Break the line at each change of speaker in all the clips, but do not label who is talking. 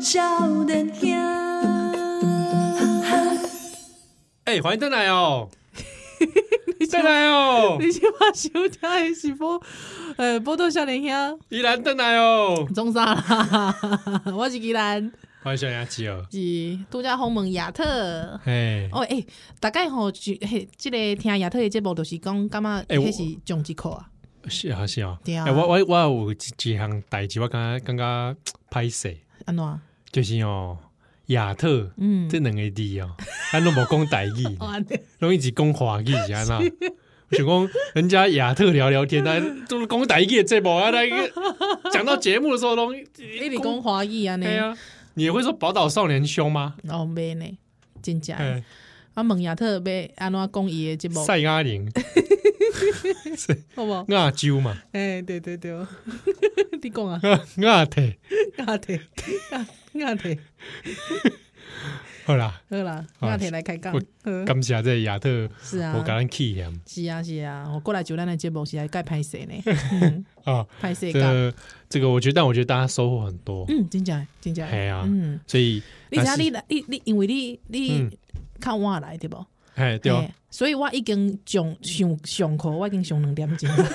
少年兄，哈哈
哎、欢迎邓来 哦，邓来哦，
你即马收听的是波， 呃，波多少年兄，
依然邓来哦，
中山啦， 我是吉兰，
欢迎小牙吉尔，
是度假鸿门亚特。
哎、
哦，诶、大概吼，就嘿，即、个听亚特的节目，就是讲，感觉
欸我
迄是种一口啊，
是啊是啊，
对啊
哎我我我有一一项代志，我刚刚刚刚拍摄，
安怎？
就是哦，亚特、
嗯，
这两个字哦，咱拢无讲代语呢，
哦安尼
拢一直讲华语是安那。 我想讲，人家亚特聊聊天，咱都是讲台语的节目啊，那 个讲到节目的时候，拢
一直讲华语安尼
哎，呀，你也会说宝岛少年凶吗？
哦，袂呢，真正的。
哎，
啊，问亚特要安怎讲伊的节目，
赛阿玲。
好无？
亚洲嘛，
诶、哎对对对， 你讲 啊，
亚体，
亚特，亚特，
好啦，
好啦，
好
亚特来开讲
我，
好
感谢这亚特，
是啊
我，甲咱气嫌
是啊，是啊，我过来就咱的节目是来盖拍摄 呢，嗯，
啊。
拍摄噶，
这这个，我觉得，但我觉得大家收获很多，
嗯，真正的真正的，
哎呀
嗯，
所以
你知
但
影
是
你来，你你因为你
嗯
你较晚来对不？
哎对哦
嘿，所以我已经上上上课，我已经上两点 钟了，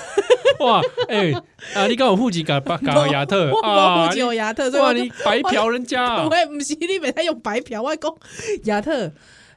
哇哎啊，你刚有户籍甲把甲亚特
我
啊
无，有亚特，所以
哇
我就
你白嫖人家啊，
我毋是你袂使用白嫖，我讲亚特，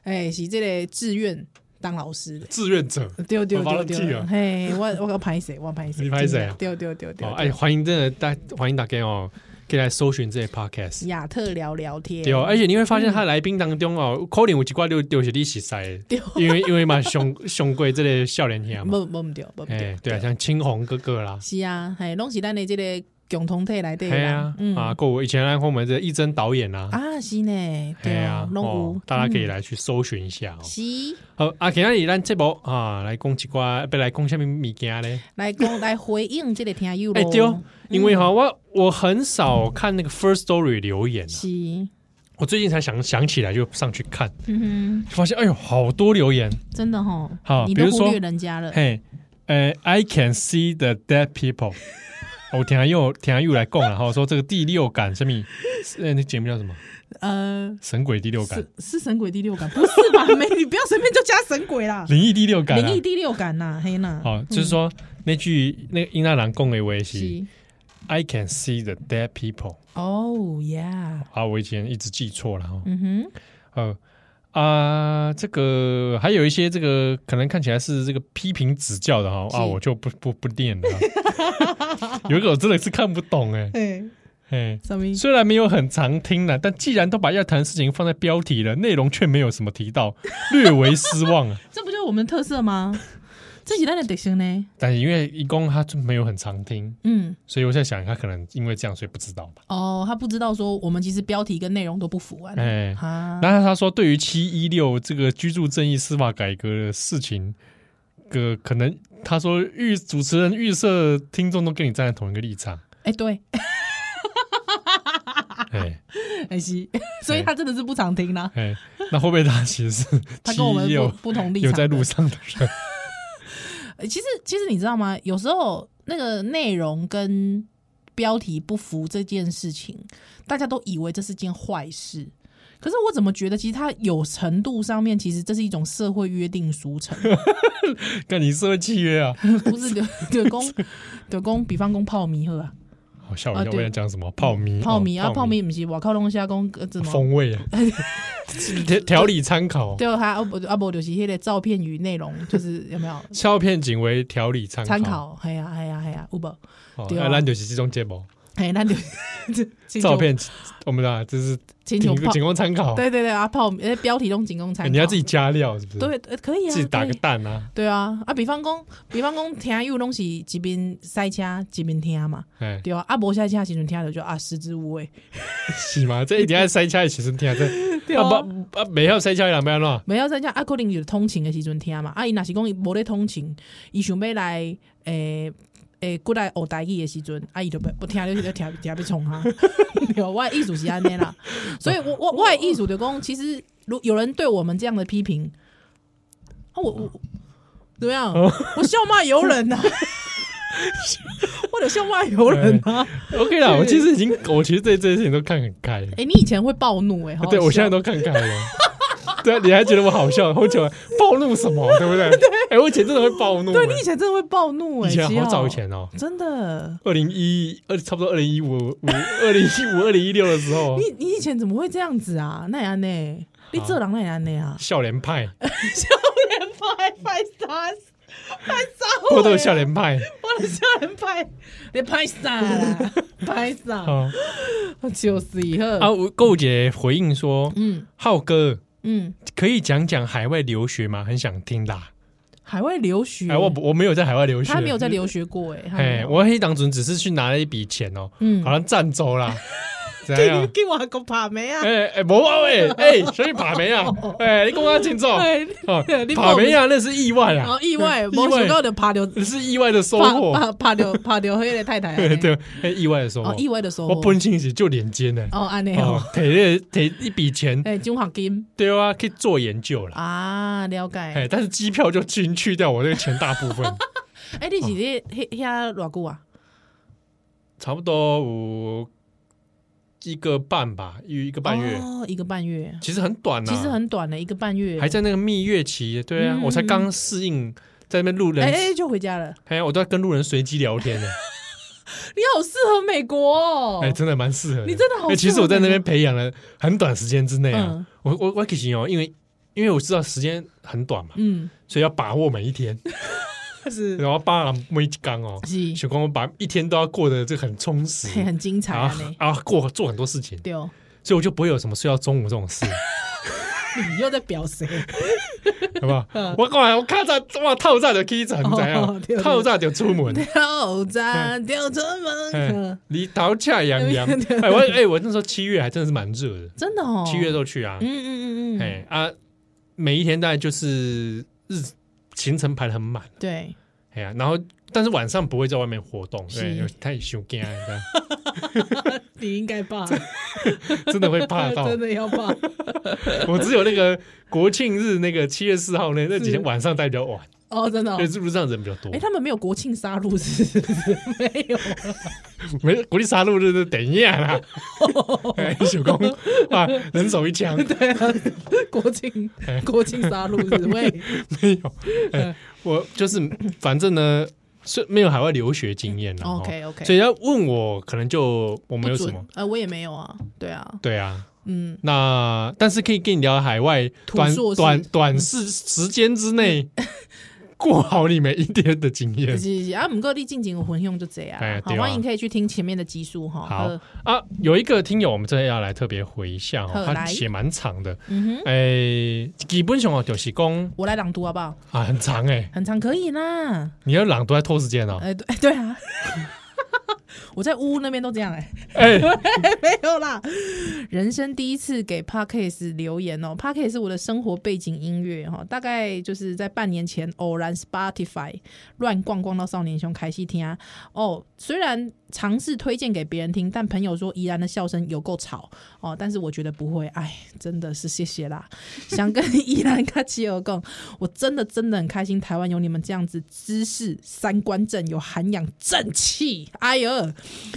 哎、是即个志愿当老师的。
志愿者
对对对
哦 volunteer
对，嘿，我我要拍谁？我拍谁？
你拍谁啊
真的对对对
哦，
对
哎
对，
欢迎真的大欢迎大家哦，可以来搜寻这些 podcast。
亚特聊聊天。
对哦，而且你会发现他来宾当中哦，可能有一挂就就是你熟悉的，
对
因为因为嘛上上过这个少年兄嘛，
无无毋对，无毋
哎
对，
对啊，像青红哥哥啦，
是啊，嘿，拢是咱的即个共同体内底的
嘿
人
啊，
嗯
啊，
啊，
够我以前按后门这一真导演啊，
是呢，
嘿
对啊
啊，，
拢有
哦，大家可以
嗯
来去搜寻一下哦。
是
好，啊，今天咱这部啊，来讲一寡，要来讲什么物件咧？
来 讲来回应即个听友
哎
咯。嗯
对哦，因为哈，我我很少看那个 First Story 留言啊，
是，
我最近才想想起来就上去看，
嗯哼，
发现哎呦，好多留言，
真的吼，
好
你
比
都
如
忽
说
略人家了。
嘿，呃，I can see the dead people。哦我听下又听下又来讲了哈，说这个第六感什么？呃，那节目叫什么？
呃，
神鬼第六感
是，是神鬼第六感，不是 吧？没，你不要随便就加神鬼啦，
灵异第六感、啊，
灵异第六感呐，嘿呐，
好、就是说、那句那个英大郎讲的维是
嗯是
“I can see the dead people”，
哦呀，
啊，我以前一直记错了哦。
嗯哼，
呃啊，这个还有一些这个可能看起来是这个批评指教的哈、
是
啊，我就不不不念了啊、 有一个我真的是看不懂哎
哎，
哎，
什么意思？
虽然没有很常听了，但既然都把要谈的事情放在标题了，内容却没有什么提 到，略为失望啊。
这不就是我们的特色吗？这是咱的特性呢。
但因为一公他就没有很常听，
嗯，
所以我在想他可能因为这样所以不知道吧。
哦，他不知道说我们其实标题跟内容都不符啊。
哎
哈，
然后他说，对于七一六这个居住正义司法改革的事情，个可能他说预主持人预设听众都跟你站在同一个立 场，
哎，对，
哎
哎是， 所以他真的是不常听啦。
哎，那会不会他其实是
他
七
跟我们
一
不
六
不同立场
有
的。
在路上的人？
呃其实其实你知道吗？有时候那个内容跟标题不符这件事情，大家都以为这是件坏事。可是我怎么觉得，其实它有程度上面，其实这是一种社会约定 俗成，
干你社会契约啊！
不是哦 对对公对公，比方公泡米喝啊，
好吓我
啊
一跳，
对
我想讲什么泡米
泡米
哦
啊，泡米不是我靠龙虾公呃怎么？
风 味啊，条条理参考，
对，还啊不啊不就是那个照片与内容，就是有 没有
照片仅为条理参
参。考？哎呀哎呀哎呀，有无？
哦，
对啊
那咱就是这种节目，
哎，那就
照片我们啊，这是
请
仅
求泡，
仅供参考。哎
对对对啊，泡米呃标题都仅供参考，
欸你要自己加料是不是？
对，呃可以啊，
自己打
可
个
以
蛋啊，
对啊，啊，比方讲，比方讲，听友拢是一边塞车一边听嘛，
哎，
对啊，啊，无塞车的时阵听着就啊食之无 味，
是嘛？这一定要塞车的时阵听，这
啊
啊不啊，没有塞车的人要安怎？
没有塞车啊，可能就是通勤的时阵听嘛，啊，伊若是讲伊无咧通勤，伊想要来诶诶过来学台语的时阵，啊，伊就不不听就就听听要冲哈， 对，我的意思是安尼啦，所以我我我的意思就讲，其实如有人对我们这样的批评，啊，我我怎
哦
么样？我笑骂由人呐、啊。我有笑骂由人啊！
OK 啦，我其实已 经，我其实对这件事情都看很开了。
哎、你以前会暴怒哎、好好
对，我现在
笑
都看开了。 对啊，你还觉得我好笑？好久暴怒什么？对不 对？哎，我以前真的会暴怒。欸
对你以前真的会暴怒哎、
以前
基
好
浩
早以前哦，
真的。
二零一二，差不多二零一五五二零一五二零一六的时候，？
你你以前怎么会这样子啊？那也安呢？你这人那也安呢啊
笑脸派，
笑脸派派啥？拍啥？
我都有笑，脸派
我的笑脸派，你拍啥 啦？拍啥？
啊
哦就是以后，
啊！我购姐回应说
嗯：“
浩哥，
嗯，
可以讲讲海外留学吗？很想听啦。
海外留学，
哎，我不我没有在海外留学，
嗯他没有在。留学过哎，他没
哎，
有
我黑当准只是去拿了一笔钱哦，
嗯
好像占走 啦，怎样
给？给我个拍没啊？
哎哎，无啊喂，哎，所以爬梅啊，哎，你讲啊清楚，
哦哎，
哦
你
爬梅啊，那是意外
然
啊
后，哦意外，
意
没想到
外，
就拍到
那是意外的收获，
拍拍到拍到那个太 太，
对 对，哎意外的收
哦
获，，
意外的收获
我，本清是就连接呢，
哦，安尼哦
哦，，摕那摕一笔钱，
哎，奖学金
对啊，可以做研究啦，
啊，了解。
哎，但是机票就去去掉我这个钱大部分，
哎、你是咧迄遐偌久啊？
差不多有一个半吧，一一个半月，
哦，一个半月，
其实很短呐，
其实很短的、一个半月。
还在那个蜜月期，对啊，
嗯
我才刚适应在那边路
哎
人
哎、就回家了。
哎呀，我都在跟路人随机聊天呢。
你好适合美国哦！
哎、真的蛮适合的。
你真的好
哎其
适
实
合
我在那
美
边培养了很短时间之内啊，
嗯
我我我可行哦，因为因为我知道时间很短嘛，
嗯，
所以要把握每一 天，
是
然后把握每一刚哦，
是，
小光把一天都要过得这个很充实，
嘿很精彩
然
啊
后
呢。
啊过做很多事情，
对哦，
所以我就不会有什么睡到中午这种 事，
你又在表谁？
好不好？我讲来我卡早哇套炸就起床，
哦
怎
对
样
对？对
套炸就出门。
跳闸跳出门
哎，，你逃恰洋洋， 哎我哎我那时候七月还真的是蛮热的，
真的哦。
七月，的时候去啊，
嗯嗯嗯嗯，
哎啊，每一天大概就是日行程排的很满，
对，
哎呀、然后但是晚上不会在外面活动，
是
对，有太羞惊了，
你应该吧，
真的会怕到
真。的要吧。
我只有那个国庆日那个七月四号那那几天晚上待比较晚，
哦，真的、哦
因为。是不是这样人比较多
哎、？他们没有国庆杀戮是不是？ 没有，
没国际杀戮日是等一下 啦，哎小公哇，人手一枪
对啊，国庆
哎
国庆杀戮是不是喂。
没有，
嗯
哎我就是反正呢。是没有海外留学经验了
哦 OK，OK
所以要问我，可能就我
不
没有什
准
么，
呃，我也没有啊，对啊，
对啊，
嗯，
那但是可以跟你聊海外
土
短
硕士
短短视时间之内 过好你每一天的经
是
验
是是啊，不过你进前有混用就这样
哎
啦，好，
对啊
欢迎可以去听前面的集数哈。
好
呃
啊！有一个听友，我们真的要来特别回一下
好
哦，他
来
写蛮长的，
嗯哼，
诶、基本上哦就是讲
我来朗读好不好？
啊很长诶、
很长可以啦，
你要朗读还拖时间哦，
哎，对对啊， 我在屋那边都这样哎，
哎、
没有啦。人生第一次给 Parkes 留言哦，Parkes 是我的生活背景音乐哈、哦，大概就是在半年前偶然 Spotify 乱逛逛到少年兄开戏听啊哦，虽然尝试推荐给别人听，但朋友说怡然的笑声有够吵哦，但是我觉得不会，哎，真的是谢谢啦。想跟怡然跟基友共，我真的真的很开心，台湾有你们这样子知识、三观正、有涵养、正气，哎呦，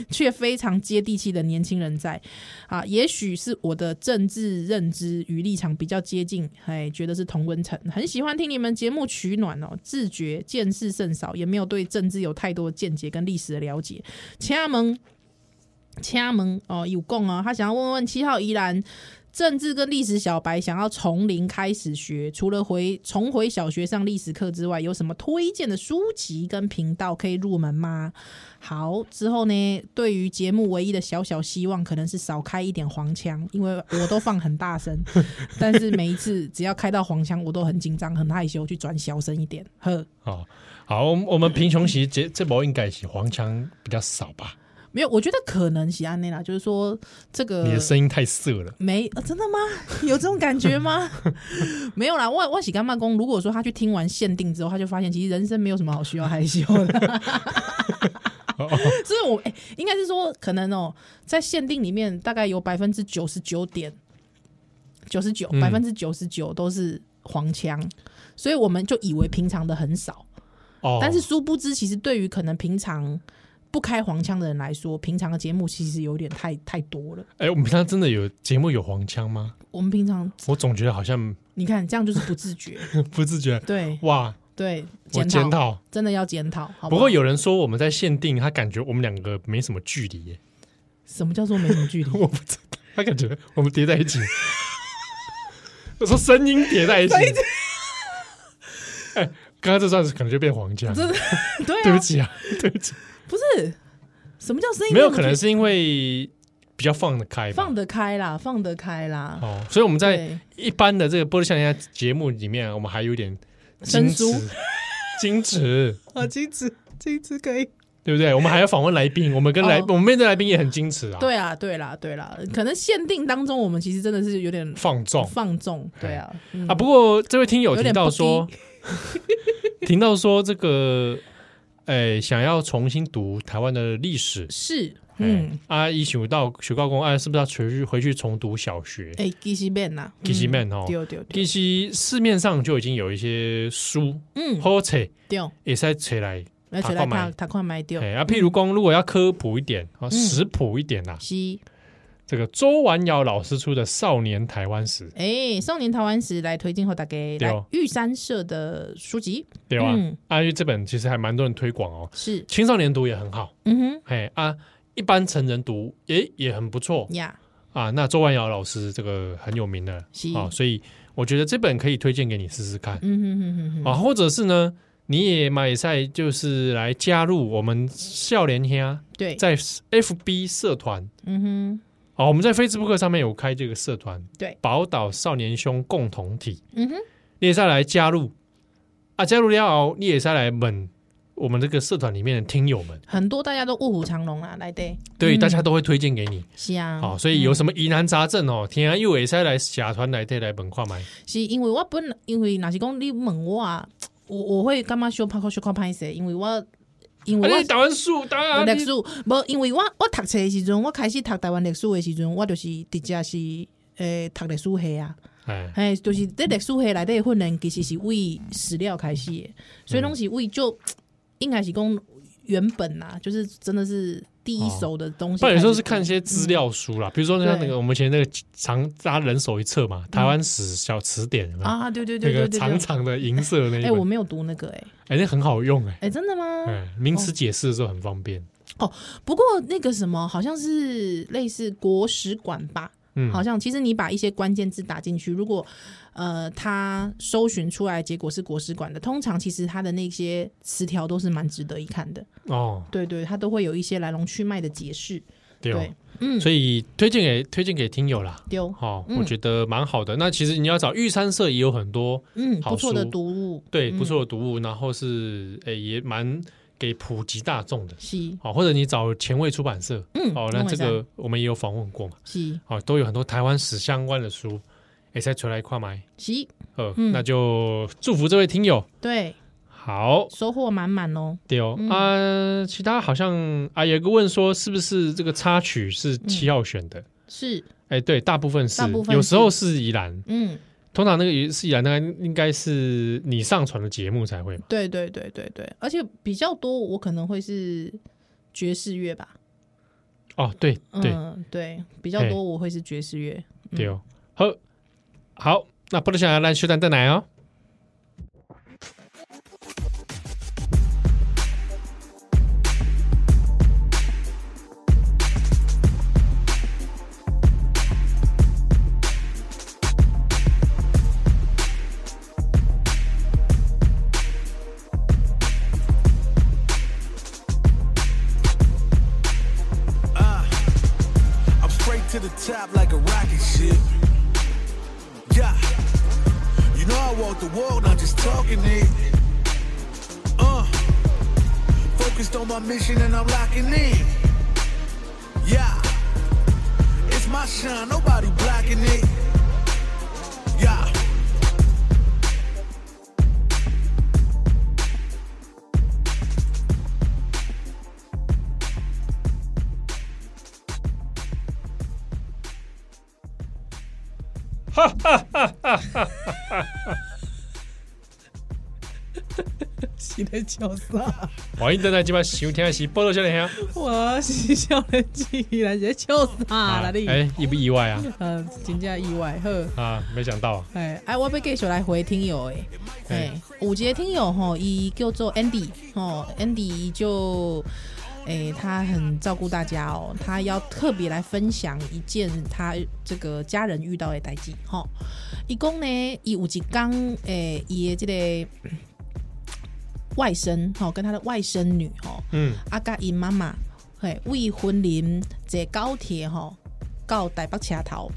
却非常接地气的年轻人在啊，也许是我的政治认知与立场比较接近，哎，觉得是同温层，很喜欢听你们节目取暖哦，自觉见识甚少，也没有对政治有太多的见解跟历史的了解，请他们。请他们哦，有共啊，他想要问问七号依然政治跟历史小白想要从零开始学，除了回重回小学上历史课之外，有什么推荐的书籍跟频道可以入门吗？好，之后呢，对于节目唯一的小小希望，可能是少开一点黄腔，因为我都放很 大声，但是每一次只要开到黄腔，我都很紧张、很害羞，去转小声一点。呵，
好哦好，我们我们贫穷期这这波应该是黄腔比较少吧？
没有，我觉得可能是安内啦，就是说这个
你的声音太涩了，
没、呃真的吗？ 有这种感觉 吗？没有啦，万万喜干妈公，如果说他去听完限定之后，他就发现其实人生没有什么好需要害羞的。 所以我，哎、应该是说，可能哦、在限定里面，大概有百分之九十九点九十九，
嗯
百分之九十九都是黄腔，所以我们就以为平常的很少，
哦，
但是殊不知，其实对于可能平常。不开黄腔的人来说，平常的节目其实有点太太多了。
哎、我们平常真的有节目有黄腔吗？
我们平常
我总觉得好像
你看这样就是不自觉，
不自觉，
对
哇，
对，
我检
讨
讨。
真的要检讨，好
不
好
过有人说我们在限定，他感觉我们两个没什么距离耶，
什么叫做没什么距离？
我不知道，他感觉我们叠在一起。 我说声音叠在一起。哎， 哎刚刚这算是可能就变黄腔，
真的 对啊，
对不起啊，对不起，
不是什么叫声音
没有
什么
可
距
能
离
是因为比较放得开吧，
放得开啦，放得开啦。
哦，所以我们在
对，
一般的这个玻璃项链节目里面啊，我们还有点
生
矜
疏
持，矜持，
啊，金子金子可以。
对不对？我们还要访问来宾，我们跟来，
哦
我们面对来宾也很矜持啊，，
对啊，对啦，对啦，可能限定当中，我们其实真的是有点
放纵
放纵。对啊，嗯
啊。不过这位听友
有
提
点
到
不
说，听到说这个，哎，想要重新读台湾的历史，
是，
嗯
嗯，，
啊，一想到学高工，啊，是不是要回去回去重读小学？
哎，基西面呐，
其实面哦
嗯对对对，
其实市面上就已经有一些书
嗯，
好册
对，
也是册来，
而且
读
来
看卖
他他快买掉，
哎啊，譬如讲，如果要科普一点
嗯
啊，食谱一点啊啦，
是，
这个周婉瑶老师出的《少年台湾史》，
哎，少年台湾史来推荐后，大家
对哦
来玉山社的书籍，
对吧？
嗯
啊，因为这本其实还蛮多人推广哦，
是，
青少年读也很好，
嗯
嘿啊，一般成人读也也很不错
哼，呀，
啊。那周婉瑶老师这个很有名的
是
啊，所以我觉得这本可以推荐给你试试看
嗯哼哼哼哼，
啊，或者是呢，你也买赛就是来加入我们笑脸兄啊
对，
在 FB 社团。
嗯哼，
啊，我们在 Facebook 上面有开这个社团，
对
宝岛少年兄共同体，
嗯哼，
你也是要来加入啊，加入了后，你也是要来问我们这个社团里面的听友们，
很多大家都卧虎藏龙啦，来对，
对，
嗯
大家都会推荐给你。
是啊，
好、所以有什么疑难杂症
嗯
哦，天啊，又也是要来社团来对来本跨买，
是因为我本来因为若是讲你问我，啊，我我会感觉小拍小看拍势，因为我因为
啊，
我
你打完数，当
我
然
历史无，因为我我读册的时阵，我开始读台湾历史的时阵，我就是直接是诶读历史系啊，
哎，
嘿，就是在历史系内底的训练其实是为史料开始的，
嗯
所以拢是为就应该是讲原本呐、就是真的是第一手的东西
哦不
开
然有
始读。
时候是看一些资料书啦，比如说像那
嗯对嗯
个我们以前那个长大家人手一册嘛，《台湾史小词典》有没有
啊，对对
那
对
个
对对
长
对，
长的银色的那一
哎、
本
我，没有读那个哎、
哎，那很好用哎。
哎、真的吗？
嗯，名
哦
词解释的时候很方便。
不过那个什么，好像是类似国史馆吧。
嗯，
好像其实你把一些关键字打进去，如果呃它搜寻出来结果是国史馆的，通常其实它的那些词条都是蛮值得一看的。
哦，
对对，它都会有一些来龙去脉的解释。
对哦
对，，嗯，
所以推荐给推荐给听友啦。
丢，
哦，
嗯
我觉得蛮好的。那其实你要找玉山社也有很多
嗯，
好
不错的
书
读物，
对不错的读物，然后是诶也蛮给普及大众的。哦
是，
好，或者你找前卫出版社，
嗯，
哦，那
拢
这
会
个我们也有访问过嘛，
使
哦，都有很多台湾史相关的书，也再出来跨买。
是是，
呃，
嗯
那就祝福这位听友。
对，
好，
收获满满哦。
对哦、啊，其他好像啊，有一个问说是不是这个插曲是七号选的？
是，
哎、对，大部分是，
嗯大部分是
有时候是宜兰，
嗯，
通常那个是宜兰，那应该是你上传的节目才会嘛。
对对对对对，而且比较多，我可能会是爵士乐吧。
哦，对对、
嗯，对，比较
嘿
多我会是爵士乐。嗯
对哦，好，好，那不能想要让休蛋蛋来哦。
I'm straight to the top like a rocket ship. Yeah. You know I walk the walk, not just talking it. Uh. Focused on my mission and I'm locking in. Yeah. It's my shine, nobody blocking it. Yeah.
是咧笑啥？
欢迎大家今晚收听的是《波多少年兄
我是少年气，咱是咧笑啥啦你？
哎，意不意外啊？
呃，真正意外好。
啊，没想到啊，
哎，哎，我要继续来回听友诶，哎
哎，
有一个听友吼，伊叫做 Andy 哦，Andy 伊就哎，他很照顾大家哦，他要特别来分享一件他这个家人遇到的代志吼。伊讲呢，伊有一刚诶，伊的这个外甥吼，跟他的外甥女吼，
嗯，
啊，甲因妈妈，嘿，为婚林坐高铁吼，到台北车头。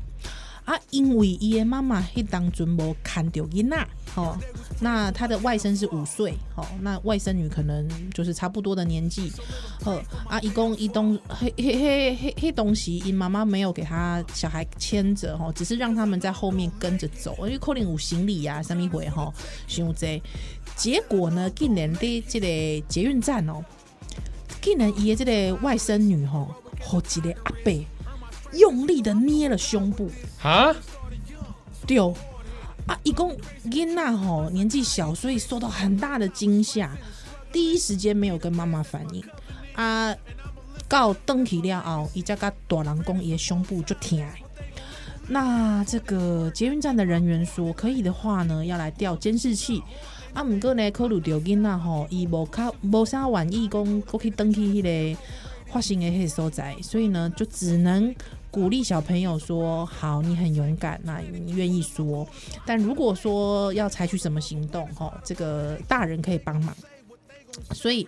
啊，因为伊的妈妈迄当阵无看着囡仔，吼、那他的外甥是五岁，吼、那外甥女可能就是差不多的年纪，呃，啊，一共一东，嘿嘿嘿嘿嘿东西，因妈妈没有给他小孩牵着，吼、只是让他们在后面跟着走，因为可能有行李啊，什么鬼，吼、哦，想这，结果呢，竟然伫这个捷运站哦，竟然伊的这个外甥女吼、吼一个阿伯用力的捏了胸部。
啊，
对啊，一共囡娜吼年纪小，所以受到很大的惊吓，第一时间没有跟妈妈反应啊。到邓起了后，伊才甲大人讲伊的胸部就疼。那这个捷运站的人员说，可以的话呢，要来调监视器。啊，毋过呢，考虑到囡仔吼，伊无较无啥愿意讲，过去登去迄个发生的迄个所在，所以呢，就只能鼓励小朋友说：好，你很勇敢，那你愿意说。但如果说要采取什么行动，吼，这个大人可以帮忙。所以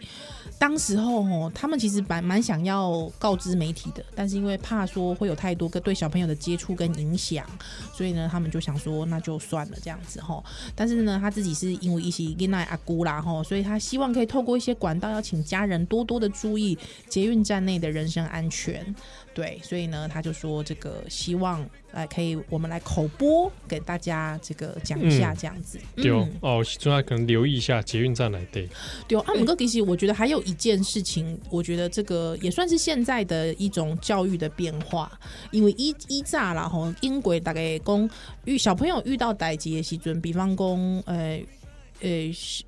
当时候吼，他们其实蛮蛮想要告知媒体的，但是因为怕说会有太多跟对小朋友的接触跟影响，所以呢，他们就想说那就算了这样子吼。但是呢，他自己是因为一些囡仔阿姑啦吼，所以他希望可以透过一些管道，要请家人多多的注意捷运站内的人身安全。对，所以呢，他就说这个希望来可以我们来口播给大家这个讲一下
嗯
这样子。
对哦，时阵啊可能留意一下捷运站来对，
对，阿姆哥其实我觉得还有一件事情，我觉得这个也算是现在的一种教育的变化，因为一一炸啦吼，英国大概讲遇小朋友遇到代志的时阵，比方讲呃。呃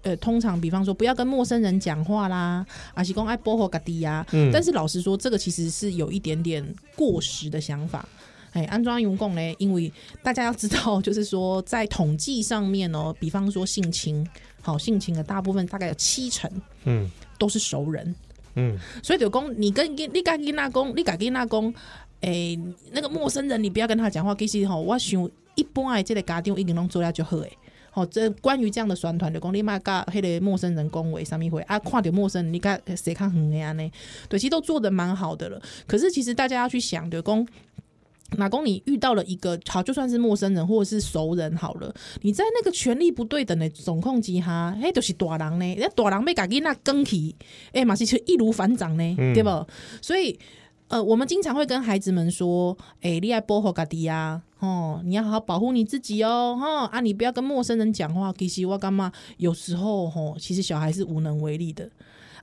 呃，通常比方说不要跟陌生人讲话啦，啊是讲爱保护家己啊呀、
嗯
但是老实说，这个其实是有一点点过时的想法。哎，安装用共呢？因为大家要知道，就是说在统计上面哦，比方说性侵，好性侵的大部分大概有七成
嗯
都是熟人，
嗯，
所以就讲你跟你跟囡仔讲，你跟囡仔讲，诶、那个陌生人你不要跟他讲话，其实吼，我想一般的这个家长已经拢做了就好诶。吼，这关于这样的宣传，就讲你莫甲迄个陌生人恭维啥物会啊，看到陌生人你甲谁较远的安尼，对，其实都做的蛮好的了。可是其实大家要去想，就讲。哪公你遇到了一个好，就算是陌生人或者是熟人好了，你在那个权力不对等的总控之下，嘿，就是大人呢，那大人被家己那更起，哎，马是就易如反掌呢，
嗯
对不？所以，呃，我们经常会跟孩子们说，哎，你爱保护家己啊，哦，你要好好保护你自己哦，哈、啊，你不要跟陌生人讲话。其实我干嘛？有时候，吼、其实小孩是无能为力的。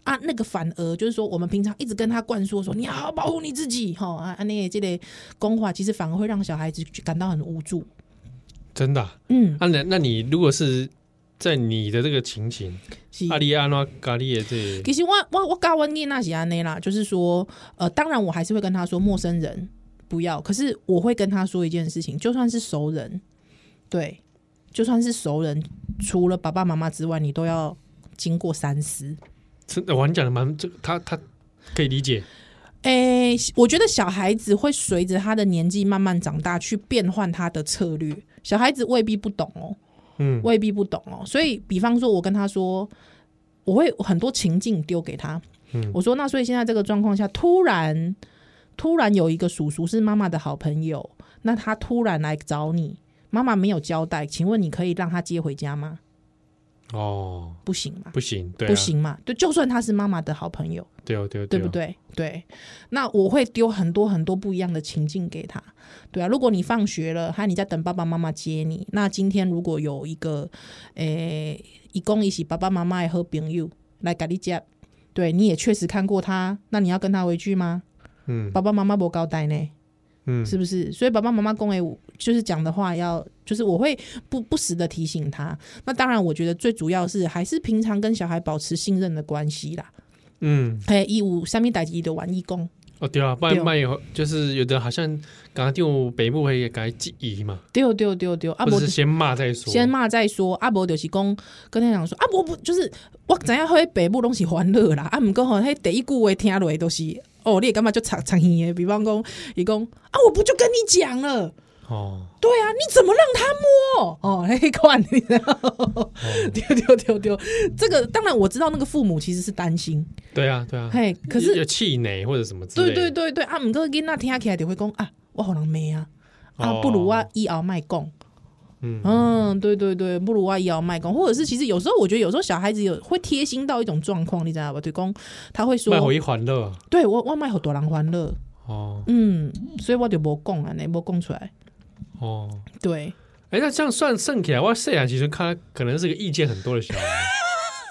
啊，那个反而就是说，我们平常一直跟他灌输说你要好好保护你自己，吼、啊啊，那个这类公话，其实反而会让小孩子感到很无助。
真的啊，
嗯，
啊那那你如果是在你的这个情形，
是。
阿里安诺咖喱的这
其实我我我教温妮那是安内啦，就是说，呃，当然我还是会跟他说陌生人不要，可是我会跟他说一件事情，就算是熟人，对，就算是熟人，除了爸爸妈妈之外，你都要经过三思。
真的，我跟你讲的蛮这个，他他可以理解，
诶、我觉得小孩子会随着他的年纪慢慢长大，去变换他的策略。小孩子未必不懂哦，
嗯
未必不懂哦。所以，比方说，我跟他说，我会很多情境丢给他。
嗯
我说，那所以现在这个状况下，突然突然有一个叔叔是妈妈的好朋友，那他突然来找你，妈妈没有交代，请问你可以让他接回家吗？
哦，
不行嘛，
不行，对、啊，
不，行嘛，对，就算他是妈妈的好朋友，
对哦，对哦，
对
哦
不？对？对，那我会丢很多很多不一样的情境给他。对啊，如果你放学了，还有你在等爸爸妈妈接你，那今天如果有一个，诶、一共一起爸爸妈妈的好朋友来给你接，对，你也确实看过他，那你要跟他回去吗？
嗯
爸爸妈妈不交代呢，
嗯，
是不是？所以爸爸妈妈恭维我，就是讲的话要，就是我会不不时的提醒他。那当然，我觉得最主要是还是平常跟小孩保持信任的关系啦。
嗯，
哎，义务三米代志的玩义工，
哦对啊，不然
对
卖有就是有的好像刚就北部会改记忆嘛，
丢丢丢丢，啊，
或
无
者是先骂再说，
先骂再说，啊，无就是讲跟他讲说，啊，无不就是我知影迄北部拢是欢乐啦，啊，毋过吼，迄第一句话听落都是，哦，你会感觉就长长耳的，比方讲，伊讲啊，我不就跟你讲了。
哦，
对啊，你怎么让他摸？哦， 那款你知道？
哦
丢丢丢丢，这个当然我知道，那个父母其实是担心，
对啊对啊，
嘿，可
有
是
气馁或者什么之类
对
的，
对对对啊，毋过囡仔听起来就会讲啊，我互人骂啊，
哦
啊，不如我以后卖讲。
嗯
嗯，对对对，不如我以后卖讲，或者是其实有时候我觉得有时候小孩子有会贴心到一种状况，你知道吧？对公他会说
卖，回欢乐
对我我卖好多人欢乐，
哦
嗯，所以我就无讲啊，那无讲出来，
哦，
对，
哎、那这样算算起来，我虽然其实看他可能是个意见很多的小孩，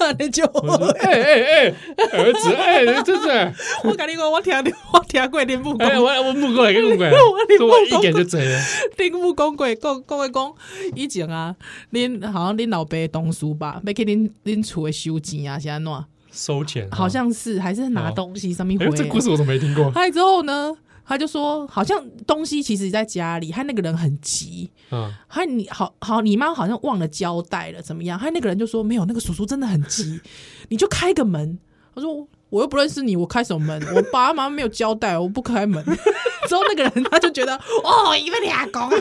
那就
我就说 哎哎哎，儿子哎，真 的
我跟你讲，我听到我听过林木
哎、
公，
我我目过来跟目 过来，
你
说我
目
一
光
点就贼了，
林木公过讲讲诶讲，以前啊，恁好像恁老爸的同事吧，要去恁恁厝诶收钱啊，是安怎样？
收钱
好。像是还是拿
哦
东西上面
哎、
回。
这故事我怎么没听 过？
嗨之后呢，他就说好像东西其实在家里，他那个人很急，
嗯，
他你好好你妈好像忘了交代了怎么样？他那个人就说没有，那个叔叔真的 很急，你就开个门。他说我又不认识你，我开什么门？我爸妈没有交代，我不 开门。之后那个人他就觉得哦，因为你阿公啊，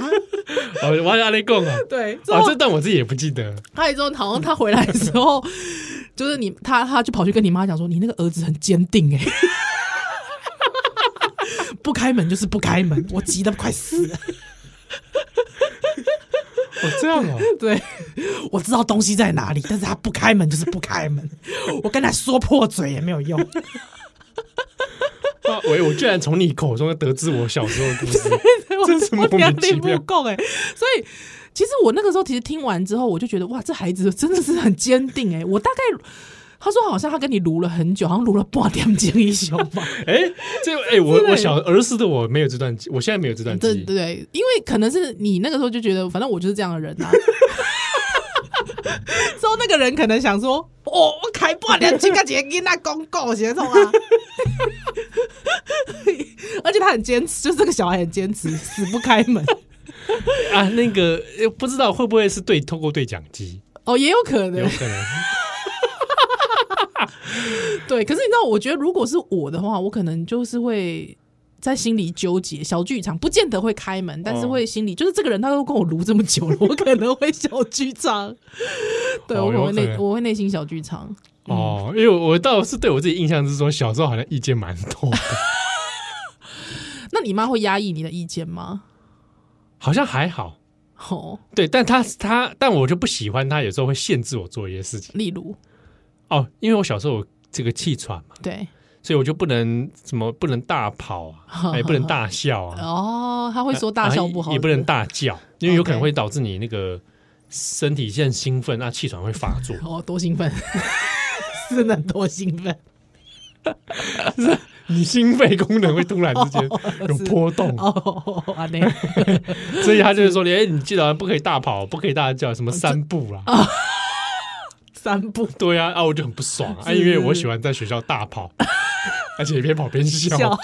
哦，我要来讲啊，
对，之
啊，
后
这段我自己也不记得。
他之后好像他回来的时候， 就是你他他就跑去跟你妈讲说，你那个儿子很坚定哎、 不开门就是不开门，我急得快死了。
哦，这样哦，
对，我知道东西在哪里，但是他不开门就是不开门，我跟他说破嘴也没有 用。
啊喂，我居然从你口中得知我小时候的故事。真是
我
莫名其
听
妙
不够哎，所以其实我那个时候其实听完之后，我就觉得哇，这孩子真的是很坚定哎、我大概他说好像他跟你撸了很久，好像撸了半点钟一宿吧。
哎、这哎、我
的
我小儿时的我没有这段记，我现在没有这段记
对
忆。
对，因为可能是你那个时候就觉得，反正我就是这样的人 啊。之后那个人可能想说，哦，我开半年去跟一个囡仔公告协 同啊，而且他很坚持，就是这个小孩很坚持，死不开门。
啊，那个呃不知道会不会是对透过对讲机，
哦，也有可
有
能，
可 能。
对。可是你知道，我觉得如果是我的话，我可能就是会在心里纠结，小剧场不见得会开门，但是
哦
会心里、就是这个人他都跟我撸这么久了，我可能会小剧场。对，
哦
我可能
有
会
可
内
能
我会内心小剧场。
哦，因为我倒是对我自己印象是说，小时候好像意见蛮多 的，
那你妈会压抑你的意见吗？
好像还好。
哦，
对，但他他，但我就不喜欢他，有时候会限制我做一些事情。
例如，
哦，因为我小时候有这个气喘嘛，
对，
所以我就不能什么不能大跑啊，也不能大笑啊，
哦，他会说大笑不好，
啊也不能。大叫，因为有可能
OK
会导致你那个身体现兴奋，那气喘会发作。
哦，多兴奋，真的多兴奋。
你心肺功能会突然之间有波动，
哦，安内，
所以他就是说，哎，你记得不可以大跑，不可以大叫，什么三步啦。
三步
对啊，啊，我就很不爽啊，
是
因为我喜欢在学校大 跑，而且边跑边笑，
笑，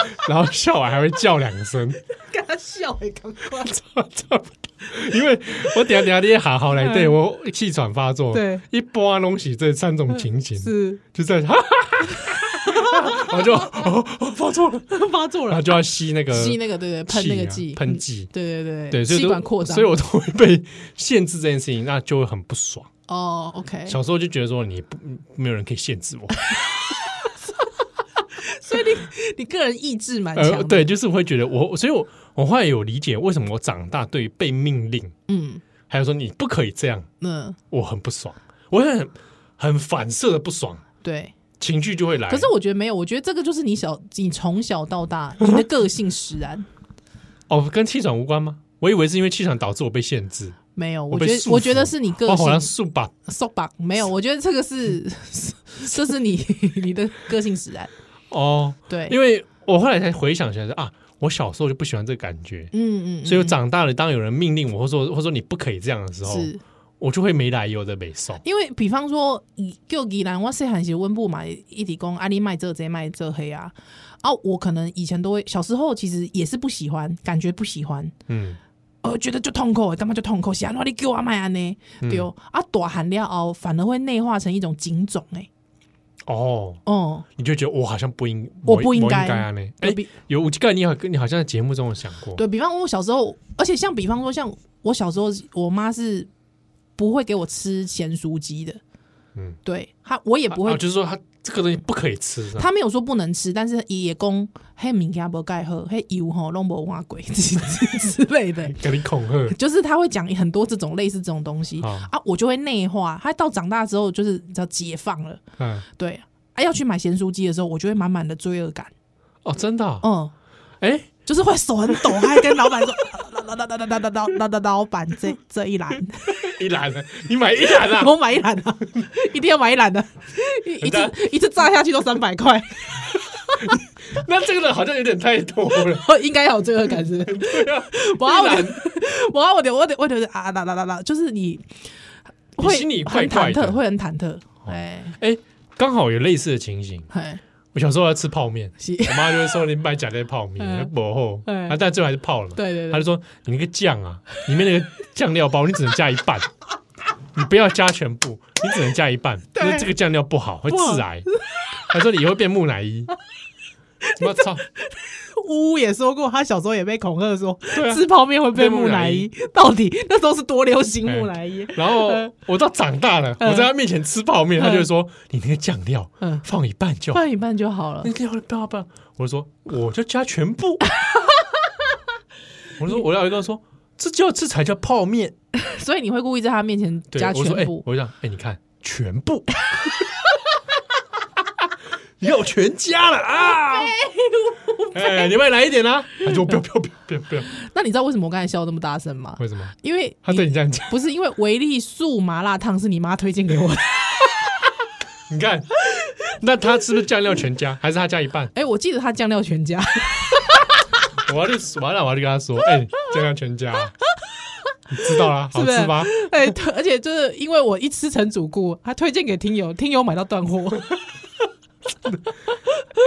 然后笑完还会叫两声，
跟他笑哎，赶快。
因为我等一下等一下你好好来，对我气喘发作，
嗯对嗯
一般东西这三种情形，
是
就在哈哈哈哈哈 哈，然后 就哦哦发作了，
发作
然后
了，
就要吸那个
吸那个对对，喷
呃气
那个
啊
剂，
喷
嗯，
剂，
对对
对，所以
气
都
管扩张，
所以我都会被限制这件事情，那就会很不爽。
哦，OK，
小时候就觉得说你不嗯没有人可以限制我，
所以你你个人意志蛮强
呃，
的，
对，，就是会觉得我，所以我我后来有理解为什么我长大对于被命令，
嗯
还有说你不可以这样，
嗯，
我很不爽，我会很很反射的不爽，
对。
情绪就会来。
可是我觉得没有，我觉得这个就是你小你从小到大你的个性使然。
哦，跟气喘无关吗？我以为是因为气喘导致我被限制，
没有，
我
我
被
觉
束
得
缚
我觉得是你个
我好像
性
速把
受绑，没有，我觉得这个是 这是你你的个性使然。
哦，
对，
因为我后来才回想起来说啊，我小时候就不喜欢这个感觉，
嗯嗯，
所以我
嗯
长大了，当有人命令我，或说或说你不可以这样的时候，
是
我哦就会没来由的被送。
因为比方说，以就宜兰，我细汉时温布嘛，一直讲啊，你卖这这卖这黑啊，啊，我可能以前都会，小时候其实也是不喜欢，感觉不喜欢，
嗯，
呃，觉得就痛苦的，干嘛就痛苦，是啊，你给我买安呢，对哦，啊，大汉了后，反而会内化成一种警种哎，
哦，
哦、
你就觉得我好像不应，
我不应该
该啊呢。
对
哎
比，
有我记得你好，你好像在节目中有想过，
对比方我小时候，而且像比方说，像我小时候，我妈是不会给我吃咸酥鸡的，
嗯，
对，她我也
啊，
不会
啊就是说他这个东西不可以吃，是吧
他没有说不能吃，但是伊也讲黑物件无盖好，黑油吼拢无换过之之类的，
给你恐吓，
就是他会讲很多这种类似这种东西
好
啊，我就会内化。他到长大之后就是你知道解放了，
嗯，
对啊，要去买咸酥鸡的时候，我就会满满的罪恶感，
哦，真的啊，
嗯，
哎，
就是会手很抖，还跟老板说老老老老老老老老老老板这 这一篮，
一篮啊，你买一篮啊，
我买一篮啊，一定要买一篮的，一
人
一
家
次一次炸下去都三百块，
那这个人好像有点太多了，
应该要有罪恶感是不是？
对啊，
我要
一篮
我我得我得我得啊啦啦啦啦，就是你
你
会
心里怪
很
怪
忐
的哦
忑，会很忐忑，哎
哎，刚好有类似的情形。
哎
我小时候要吃泡面，
是
我妈就会说你买假的泡面
嗯，
薄厚，
嗯
啊，但最后还是泡了嘛。
对对对
她就说你那个酱啊，里面那个酱料包，你只能加一 半，你不要加全部，你只能加一半，因为这个酱料不好，会致癌。她说你以后变木乃 伊，我操，
呜呜也说过，他小时候也被恐吓说
对啊
吃泡面会被
被木
木
乃哎
乃伊，到底那时候是多流行木乃伊？
然后
嗯
我到长大了，
嗯
我在他面前吃泡面，他就会说：“你那个酱料
嗯
放一半就好，
放一半就好了
那，料不要不要。”我就说：“我就加全 部。”我说：“我老公说，这叫这才叫泡面。
所以你会故意在他面前”
对，
加
我说：“哎
全，部，
我就讲，哎，你看全部， 你看我全加了 啊！哎，你们来一点啦！”他说：“不要不要不要不要不要，
那你知道为什么我刚才笑那么大声吗？
为什么？
因为
他对你这样 讲，
不是因为维力素麻辣烫是你妈推荐给我的。
你看，那他是不是酱料全加，还是他加一半？”
哎、我记得他酱料全加，
我要去完了，我要去跟他说，哎、这样全家，你知道啦，好
是不是
吃吧？
哎、而且就是因为我一吃成主顾，他推荐给听友，听友买到 断货。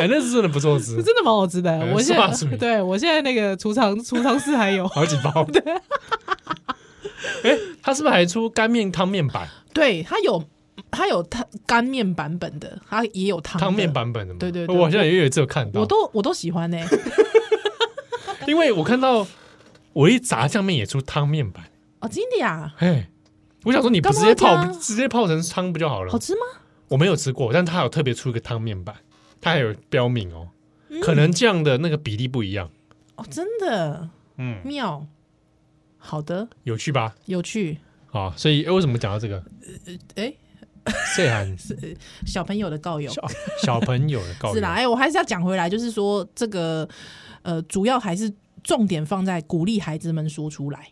哎、那是真的不错 吃
这，真的蛮好吃的
嗯。
我现
是吧是
在
吧，
对我现在那个储藏储藏室还有
好几包。 对，哎、他是不是还出干面汤面版、
对它有它有它干面版本的，它也有汤的
汤面。版哦本的吗？
对对对
我好像也有一次有看到，
我都我都喜欢呢、
因为我看到我一炸酱面也出汤面版，
哦，真的呀，
哎，我想说你不直
干
接
嘛要
泡
这，样
直接泡成汤不就好了？
好吃吗？
我没有吃过，但他有特别出一个汤面版，他还有标明哦，
嗯
可能酱的那个比例不一样，
哦，真的
嗯，
妙，好的，
有趣吧？
有趣。
啊，所以、哎为什么讲到这 个？
哎、
岁寒
小朋友的告友
小小朋友的告
是啦，哎、
白，
我还是要讲回来，就是说这个呃，主要还是重点放在鼓励孩子们说出来。